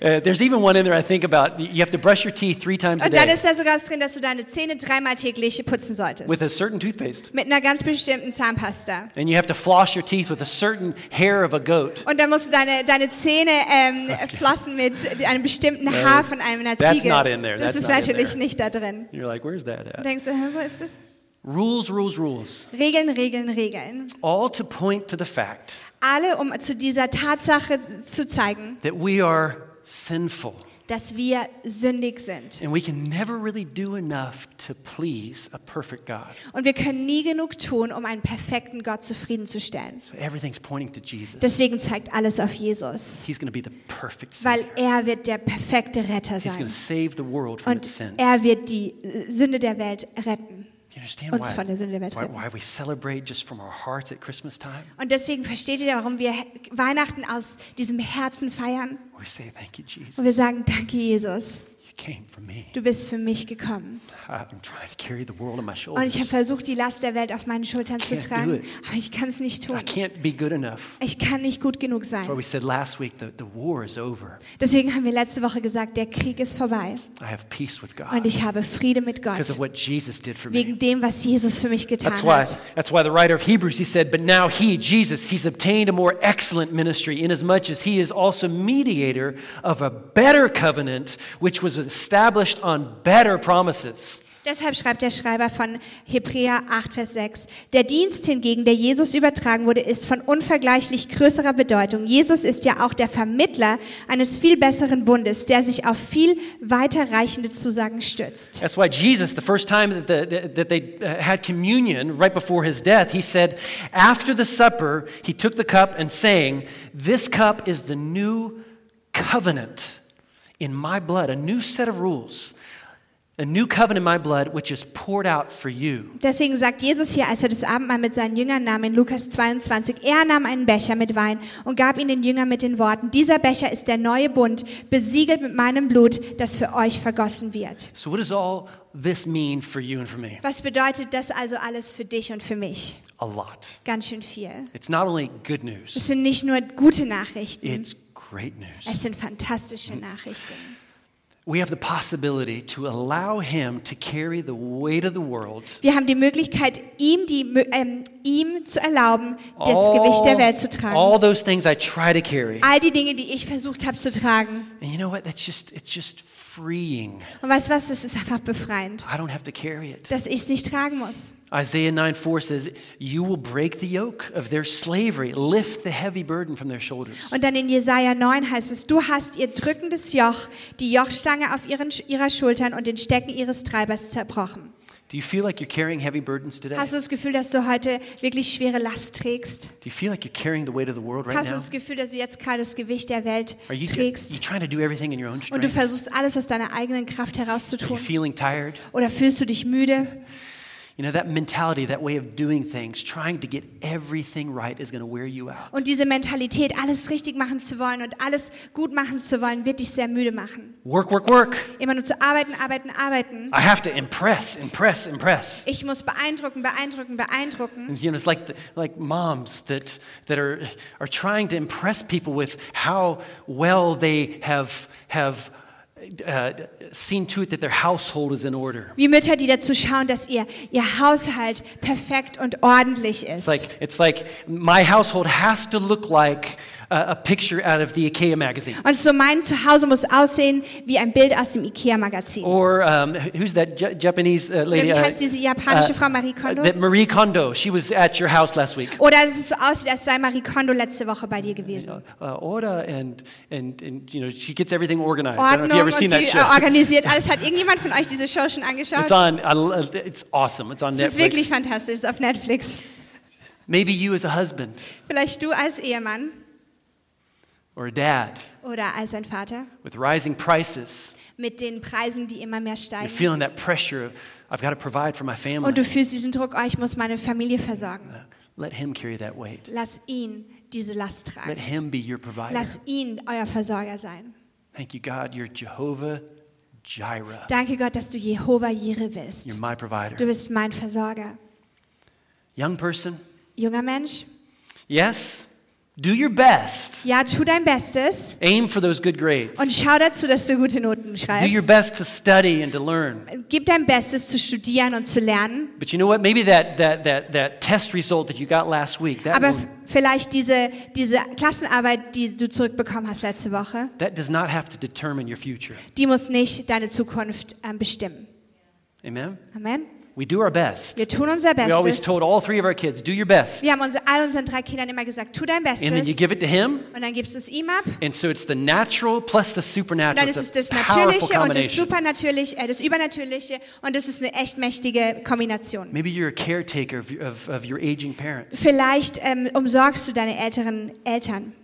Uh, there's even one in there I think about. You have to brush your teeth three times a
Und dann
day
ist da sogar drin, dass du deine Zähne dreimal täglich putzen solltest.
with a certain toothpaste.
Mit einer ganz bestimmten Zahnpasta.
And you have to floss your teeth with a certain hair of a goat.
Und dann musst du deine, deine Zähne ähm, flossen mit einem bestimmten Haar von einer
that's
Ziege.
not in there,
Das
that's
ist
not in
natürlich
there.
nicht da drin.
You're like, where's that
Und
at?
denkst du, hä, wo ist das?
Rules, rules, rules.
Regeln, Regeln, Regeln.
All to point to the fact
Alle, um zu dieser Tatsache zu zeigen,
that we are sinful
dass wir sündig sind.
and we can never really do enough to please a perfect God.
Und wir können nie genug tun, um einen perfekten Gott zufriedenzustellen.
So everything's pointing to Jesus.
Deswegen zeigt alles auf Jesus,
He's going to be the perfect
weil
Savior.
er wird der perfekte Retter
He's going to
sein.
save the world from
Und
its sins.
er wird die äh, Sünde der Welt retten.
Do you understand
uns
why,
von der Sünde der Welt
why,
retten.
why we celebrate just from our hearts at Christmas time?
Und deswegen versteht ihr, warum wir Weihnachten aus diesem Herzen feiern?
We say, Thank you, Jesus.
Und wir sagen, danke Jesus,
You came for me.
du bist für mich gekommen.
I'm trying to carry the world on my
Und ich habe
shoulders.
versucht, die Last der Welt auf meinen Schultern zu
Oh, Can't do
tragen,
it.
aber ich kann es nicht
I
tun.
can't be good enough.
Ich kann nicht gut genug
That's why
sein.
we said last week that the war is over.
Deswegen haben wir letzte Woche gesagt, der Krieg ist vorbei
I have peace with
und
God
ich habe Friede mit
Ah. because
Gott
of what Jesus did for me.
wegen dem, was Jesus für mich getan
That's why,
hat.
that's why the writer of Hebrews, he said, But now he, Jesus, he's obtained a more excellent ministry, inasmuch as he is also mediator of a better covenant, which was established on better promises.
Deshalb schreibt der Schreiber von Hebräer 8, Vers 6, der Dienst hingegen, der Jesus übertragen wurde, ist von unvergleichlich größerer Bedeutung. Jesus ist ja auch der Vermittler eines viel besseren Bundes, der sich auf viel weiterreichende Zusagen stützt.
That's why Jesus, the first time that, the, that they uh, had communion right before his death, he said, After the supper, he took the cup and saying, This cup is the new covenant in my blood, a new set of rules, a new covenant in my blood, which is poured out for you.
Deswegen sagt Jesus hier, als er das Abendmahl mit seinen Jüngern nahm in Lukas 22, er nahm einen Becher mit Wein und gab ihn den Jüngern mit den Worten, dieser Becher ist der neue Bund, besiegelt mit meinem Blut, das für euch vergossen wird.
So, what does all this mean for you and for me?
Was bedeutet das also alles für dich und für mich?
A lot.
Ganz schön viel.
It's not only good
Es
news,
sind nicht nur gute Nachrichten,
it's great news.
es sind fantastische Nachrichten.
We have the possibility to allow him to carry the weight of the world
Wir haben die Möglichkeit, ihm, die, Mö- ähm, ihm zu erlauben, das
all-
Gewicht der Welt zu tragen.
All those things I try to carry.
All die Dinge, die ich versucht habe zu tragen.
And you know what? That's just it's just freeing.
Und weißt du was, das ist einfach befreiend,
I don't have to carry it.
dass ich es nicht tragen muss.
Isaiah 9 4 says, You will break the yoke of their slavery, lift the heavy burden from their shoulders.
Und dann in Jesaja 9 heißt es, du hast ihr drückendes Joch, die Jochstange auf ihren, ihrer Schultern und den Stecken ihres Treibers zerbrochen.
Do you feel like you're carrying heavy burdens today?
Hast du das Gefühl, dass du heute wirklich schwere Last trägst?
Do you feel like you're carrying the weight of the world right
Hast du
now?
das Gefühl, dass du jetzt gerade das Gewicht der Welt
Are you, you
trägst
trying to do everything in your own
und du
strength?
versuchst alles aus deiner eigenen Kraft
Are you
herauszutun?
feeling tired?
Oder fühlst du dich müde?
You know, that mentality, that way of doing things, trying to get everything right is going to wear you out.
Und diese Mentalität, alles richtig machen zu wollen und alles gut machen zu wollen, wird dich sehr müde machen.
Work, work, work.
Immer nur zu arbeiten, arbeiten, arbeiten.
I have to impress, impress, impress.
Ich muss beeindrucken, beeindrucken, beeindrucken.
And, You know, it's like, the, like moms that, that are, are trying to impress people with how well they have, have uh, seen to it that their household is in order.
Wie Mütter, die dazu schauen, dass ihr, ihr Haushalt perfekt und ordentlich
It's
ist.
like, it's like my household has to look like a, a picture out of the IKEA magazine.
Und so mein Zuhause muss aussehen wie ein Bild aus dem IKEA-Magazin.
Or um, who's that Ja- Japanese uh, lady?
wie
uh,
heißt diese japanische Frau, Marie Kondo?
That Marie Kondo. She was at your house last week.
Oder dass es so aussieht, als sei Marie Kondo letzte Woche bei dir gewesen.
Uh, Oda and, and and you know she gets everything organized. I don't know if you
Ordnung
ever
und sie
seen that
äh,
show.
organisiert alles. Hat irgendjemand von euch diese Show schon angeschaut?
It's on. I lo- It's awesome. It's on
Es ist wirklich
Netflix.
fantastisch, ist auf Netflix.
Maybe you, as a husband
Vielleicht du als Ehemann
or a dad,
oder als ein Vater
with rising prices,
mit den Preisen, die immer mehr
you're
steigen.
feeling that pressure of I've got to provide for my family. Uh,
Und du fühlst diesen Druck, oh, ich muss meine Familie versorgen.
Let him carry that weight.
Lass ihn diese Last
Let
tragen.
him be your provider.
Lass ihn euer Versorger sein.
Thank you, God. You're Jehovah Jireh.
Danke Gott, dass du Jehova Jireh bist.
You're my
Du
provider.
bist mein Versorger.
Young person,
Junger Mensch,
yes, do your best.
ja, tu dein Bestes
Aim for those good
und
grades.
schau dazu, dass du gute Noten
Do your
schreibst.
best to study and to learn.
Gib dein Bestes zu studieren und zu lernen.
But you know what? Maybe that, that, that, that test result that you got last week, that,
Aber
will-
f- vielleicht diese, diese Klassenarbeit, die du zurückbekommen hast letzte Woche,
that does not have to determine your future.
die muss nicht deine Zukunft ähm, bestimmen.
Amen?
Amen.
We do our best.
Wir tun unser
We always
Bestes.
told all three of our kids, do your best.
Wir haben uns, all unseren drei Kindern immer gesagt, tu dein Bestes.
And then you
Und
give it to him.
dann gibst du es ihm ab. Und
And so it's the natural plus the supernatural.
dann ist es
It's
das
a powerful
Natürliche und das
combination.
Supernatürliche, äh, das Übernatürliche. Und das ist eine echt mächtige Kombination.
Maybe you're a caretaker of, of, of your aging parents.
Vielleicht ähm, umsorgst du deine älteren Eltern.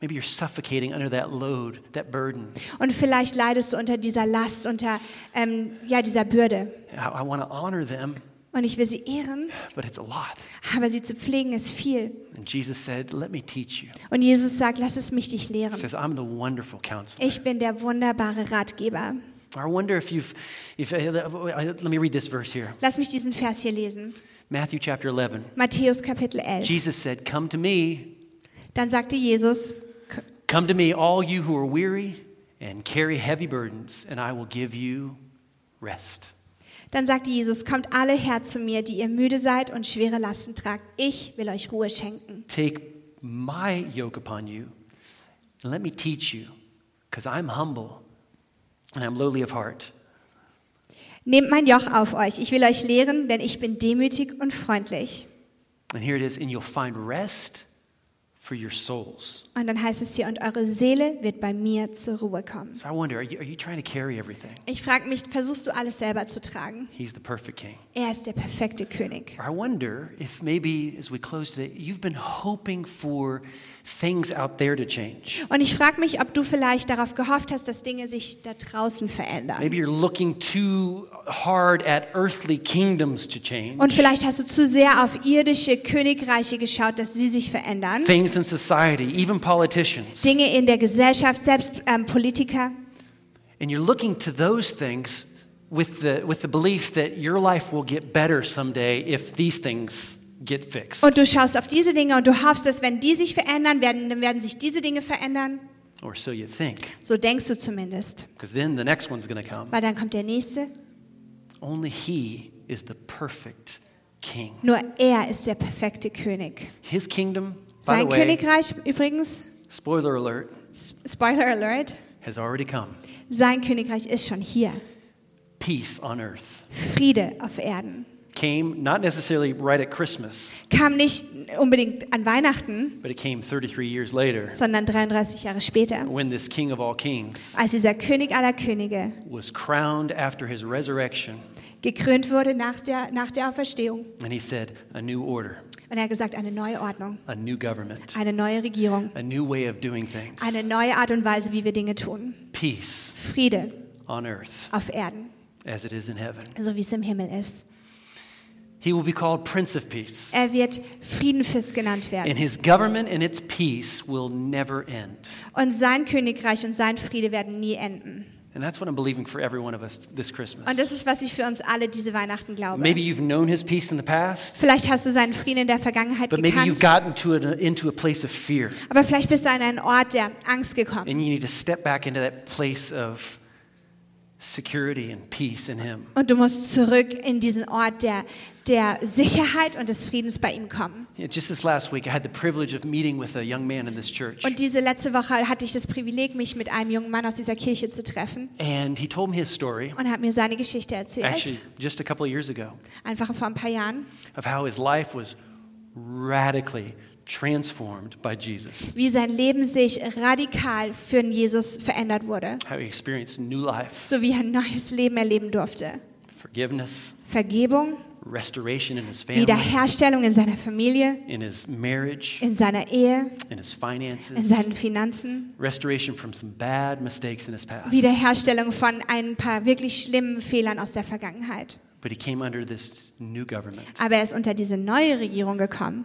Maybe you're suffocating under that load, that burden.
Und vielleicht leidest du unter dieser Last, unter ähm, ja, dieser Bürde.
I, I want to honor them,
Und ich will sie ehren,
but it's a lot.
aber sie zu pflegen ist viel.
And Jesus said, let me teach you.
Und Jesus sagt, lass es mich dich lehren.
He says, I'm the wonderful counselor.
Ich bin der wunderbare Ratgeber.
I wonder if you've, if, eh, let me read this verse here.
Lass mich diesen Vers hier lesen.
Matthew chapter 11.
Matthäus Kapitel 11.
Jesus said, Come to me,
Dann sagte Jesus, "K-
come to me, all you who are weary and carry heavy burdens, and I will give you rest.
dann sagte Jesus, kommt alle her zu mir, die ihr müde seid und schwere Lasten tragt. Ich will euch Ruhe schenken.
Take my yoke upon you, and let me teach you, because I'm humble and I'm lowly of heart.
Nehmt mein Joch auf euch. Ich will euch lehren, denn ich bin demütig und freundlich.
And here it is, and you'll find rest for your souls.
Und dann heißt es hier, und eure Seele wird bei mir zur Ruhe kommen.
So I wonder, are you, are you trying to carry everything?
Ich frage mich, versuchst du alles selber zu tragen?
He's the perfect king.
Er ist der perfekte König.
I wonder if maybe as we close today, you've been hoping for things out there to change.
Und ich frage mich, ob du vielleicht darauf gehofft hast, dass Dinge sich da draußen verändern.
Maybe you're looking too hard at earthly kingdoms to change.
Und vielleicht hast du zu sehr auf irdische Königreiche geschaut, dass sie sich verändern.
Things in society, even politicians.
Dinge in der Gesellschaft, selbst ähm, Politiker.
And you're looking to those things with the, with the belief that your life will get better someday if these things get fixed.
Und du schaust auf diese Dinge und du hoffst, dass wenn die sich verändern werden, dann werden sich diese Dinge verändern.
Or so you think,
So denkst du zumindest.
because then the next one's going to come.
Weil dann kommt der nächste.
Only He is the perfect King.
Nur er ist der perfekte König.
His kingdom, by the
Sein
way,
Königreich übrigens,
spoiler alert,
S- Spoiler Alert,
has already come.
sein Königreich ist schon hier.
Peace on earth
Friede auf Erden.
came not necessarily right at Christmas.
Kam nicht unbedingt an Weihnachten,
But it came 33 years later
sondern 33 Jahre später,
when this King of all kings
als dieser König aller Könige
was crowned after his resurrection.
gekrönt wurde nach der, nach der Auferstehung.
And he said, A new order,
Und er hat gesagt, eine neue Ordnung,
a new government,
eine neue Regierung,
a new way of doing things,
eine neue Art und Weise, wie wir Dinge tun.
peace
Friede
on earth
auf Erden,
as it is in heaven.
so wie es im Himmel ist.
He will be called Prince of Peace.
Er wird Friedenfürst genannt
And
werden.
his government and its peace will never end.
Und sein Königreich und sein Friede werden nie enden.
And that's what I'm believing for every one of us this
Und das
Christmas.
ist, was ich für uns alle diese Weihnachten glaube.
Maybe you've known his peace in the past,
Vielleicht hast du seinen Frieden in der Vergangenheit
but maybe you've
gekannt,
gotten to an, into a place of fear.
aber vielleicht bist du an einen Ort der Angst gekommen.
And you need to step back into that place of security and peace in Him.
Und du musst zurück in diesen Ort der, der Sicherheit und des Friedens bei ihm kommen.
Yeah, just this last week, I had the privilege of meeting with a young man in this church.
Und diese letzte Woche hatte ich das Privileg, mich mit einem jungen Mann aus dieser Kirche zu treffen
And he told me his story,
und hat mir seine Geschichte erzählt,
actually, just a couple of years ago,
einfach vor ein paar Jahren,
of how his life was radically transformed by Jesus,
wie sein Leben sich radikal für den Jesus verändert wurde,
how he experienced new life,
so wie er ein neues Leben erleben durfte.
forgiveness,
Vergebung,
restoration in his family,
Wiederherstellung in seiner Familie,
in his marriage,
in seiner Ehe,
in his
in
finances,
seinen Finanzen,
restoration from some bad mistakes in his past.
Wiederherstellung von ein paar wirklich schlimmen Fehlern aus der Vergangenheit.
But he came under this new government.
Aber er ist unter diese neue Regierung gekommen.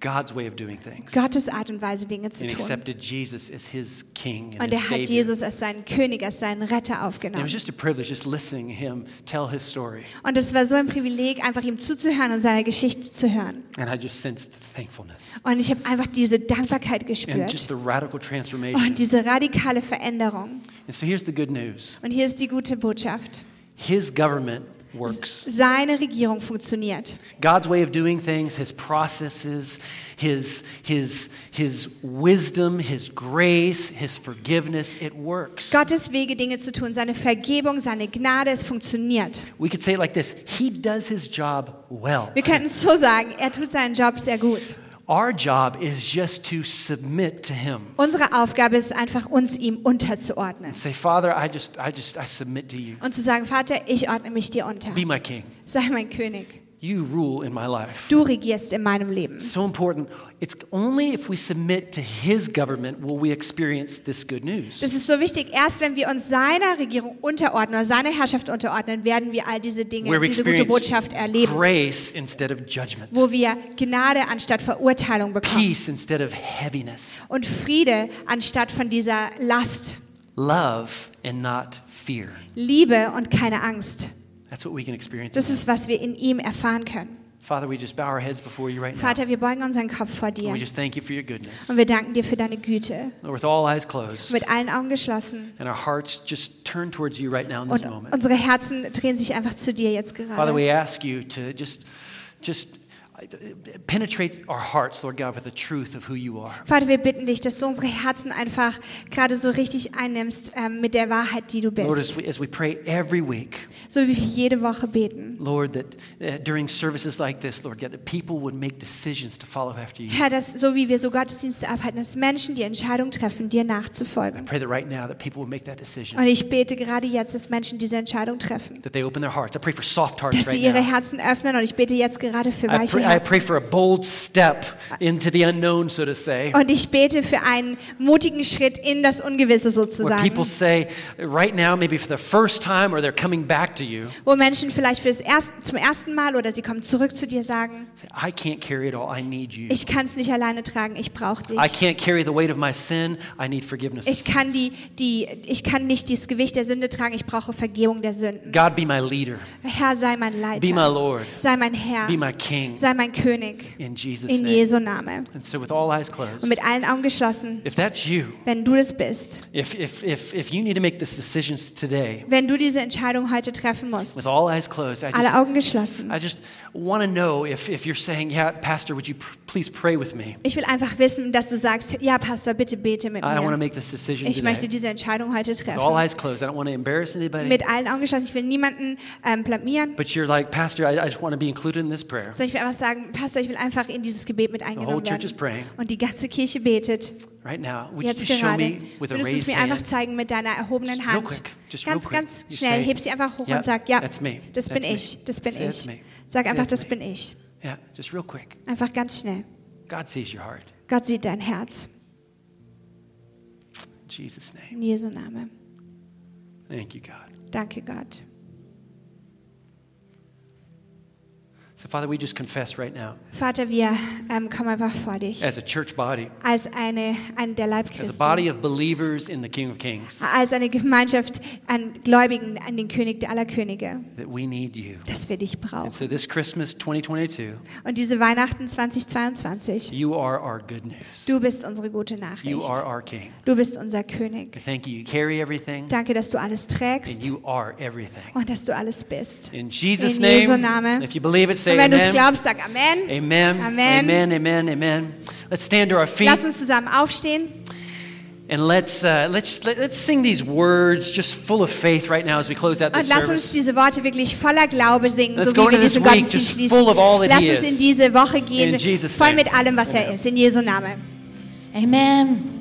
God's way of doing things.
Gottes Art und Weise Dinge zu
and
tun.
accepted Jesus as his king and his
Und er hat
savior.
Jesus als seinen König, als seinen Retter
And it
aufgenommen.
was just a privilege just listening to him tell his story.
Und es war so ein Privileg, einfach ihm zuzuhören und seine Geschichte zu hören.
And I just sensed the thankfulness
Und ich habe einfach diese Dankbarkeit
and just
gespürt
the radical transformation.
und diese radikale Veränderung.
and so here's the good news
Und hier ist die gute Botschaft.
His government works.
Seine Regierung funktioniert.
God's way of doing things, his processes, his, his, his wisdom, his grace, his forgiveness, it works.
Gottes Wege, Dinge zu tun, seine Vergebung, seine Gnade, es funktioniert.
we could say it like this He does his job well.
Wir könnten es so sagen, er tut seinen Job sehr gut.
Our job is just to submit to him
Unsere Aufgabe ist einfach, uns ihm unterzuordnen
and say, Father, I just, I just, I submit to you.
und zu sagen, Vater, ich ordne mich dir unter.
Be my king.
Sei mein König.
You rule in my life.
Du regierst in meinem Leben.
So important. It's only if we submit to his government will we experience this good news.
Das ist so wichtig. Erst wenn wir uns seiner Regierung unterordnen, oder seiner Herrschaft unterordnen, werden wir all diese Dinge,
Where we
diese gute
experience
Botschaft erleben,
grace instead of judgment.
wo wir Gnade anstatt Verurteilung bekommen
peace instead of heaviness,
und Friede anstatt von dieser Last,
love and not fear.
Liebe und keine Angst.
That's what we can experience.
Das ist, was wir in ihm erfahren können.
Father, we just bow our heads before you right now.
Vater, wir beugen unseren Kopf vor
And
dir
we just thank you for your goodness.
und wir danken dir für deine Güte.
Lord, With all eyes closed
Mit allen Augen geschlossen
and our hearts just turn towards you right now in this
und
moment.
unsere Herzen drehen sich einfach zu dir jetzt
Father,
gerade.
we ask you to just, just uh, penetrate our hearts, Lord God, with the truth of who you are.
Vater, wir bitten dich, dass du unsere Herzen einfach gerade so richtig einnimmst ähm, mit der Wahrheit, die du
Lord, as
bist.
we, as we pray every week,
So wie wir jede Woche beten.
Lord, that uh, during services like this, Lord God, that people would make decisions to follow after you.
Herr, dass so wie wir so Gottesdienste abhalten, dass Menschen die Entscheidung treffen, dir
I
nachzufolgen.
pray that right now that people would make that decision.
Und ich bete gerade jetzt, dass Menschen diese Entscheidung treffen.
that they open their hearts. I pray for soft hearts
Dass sie
right
ihre
now.
Herzen öffnen und ich bete jetzt gerade für
I
weiche
pray, I
Herzen.
pray for a bold step into the unknown, so to say,
Und ich bete für einen mutigen Schritt in das Ungewisse
where
sozusagen.
people say, right now, maybe for the first time, or they're coming back to you,
Wo Menschen vielleicht fürs erst, zum ersten Mal oder sie kommen zurück zu dir sagen,
say, I can't carry it all. I need you.
ich kann es nicht alleine tragen, ich brauche
I
dich.
can't carry the weight of my sin. I need forgiveness. of
Ich kann,
sins.
die, die, ich kann nicht das Gewicht der Sünde tragen, ich brauche Vergebung der Sünden.
God, be my leader.
Herr, sei mein
Be my
Leiter.
Lord.
Sei mein Herr.
Be my King.
Sei mein König.
In Jesus'
In
name.
Jesu Name.
And so, with all eyes
Und
closed,
mit allen Augen geschlossen,
if that's you,
wenn du das bist,
if, if, if, if you need to make these decisions today,
wenn du diese Entscheidung heute treffen musst,
with all eyes closed, I just
alle Augen geschlossen.
I just want to know if, if you're saying, yeah, Pastor, would you pr- please pray with me?
Ich will einfach wissen, dass du sagst, ja Pastor, bitte bete mit
I want to
mir.
make this decision
Ich möchte
today.
diese Entscheidung heute
With all
treffen.
eyes closed, I don't want to embarrass anybody.
Mit allen Augen geschlossen, ich will niemanden ähm, blamieren,
But you're like, Pastor, I, I just want to be included in this prayer.
sondern ich will einfach sagen, Pastor, ich will einfach in dieses Gebet mit
The whole
eingenommen
church is
werden.
praying
Und die ganze Kirche betet
right now. Would you
jetzt
just show
gerade.
me with a
Würdest du es
raised
mir einfach
hand?
zeigen mit deiner erhobenen
Just real
Hand?
quick, just real
Ganz,
quick.
ganz
You
schnell,
say,
heb sie einfach hoch
yeah,
und sag, ja,
that's me,
das bin
that's me.
ich, das bin
Say that's
ich.
me.
Sag
Say
einfach,
that's
das
me.
bin ich.
Yeah, just real quick.
Einfach ganz schnell.
God sees your heart.
Gott sieht dein Herz.
In Jesus' name.
In Jesu Name.
Thank you, God.
Danke, Gott.
So, Father, we just confess right now,
Vater, wir ähm, kommen einfach vor dich.
as a church body,
Als eine, eine der Leib
as a
Christi.
body of believers in the King of Kings,
Als eine Gemeinschaft an Gläubigen, an den König der aller Könige.
that we need you.
Dass wir dich
And
brauchen.
so, this Christmas 2022,
Und diese Weihnachten 2022,
You are our good news.
du bist unsere gute
You
Nachricht.
are our King.
Du bist unser
I
König.
thank you. You carry everything,
Danke, dass du alles
and
trägst
you are everything.
und dass du alles bist. Und
In Jesus'
In
name,
Jesu Name.
if you believe it, say
wenn du es
amen.
glaubst, sag Amen.
Amen.
Amen.
Amen. Amen. Amen. Let's stand to our feet
Lass uns zusammen aufstehen
and let's uh, let's let, let's sing these words just full of faith right now as we close out
und
this
lass uns
service.
diese Worte wirklich voller Glaube singen,
Let's
so
go
wie wir
into this
diesen
week
Gottesdienst
just full of all
schließen.
that
Lass
he
uns
is.
in diese Woche gehen,
In Jesus'
voll
name.
mit allem, was er
Amen.
ist, in Jesu Namen.
Amen.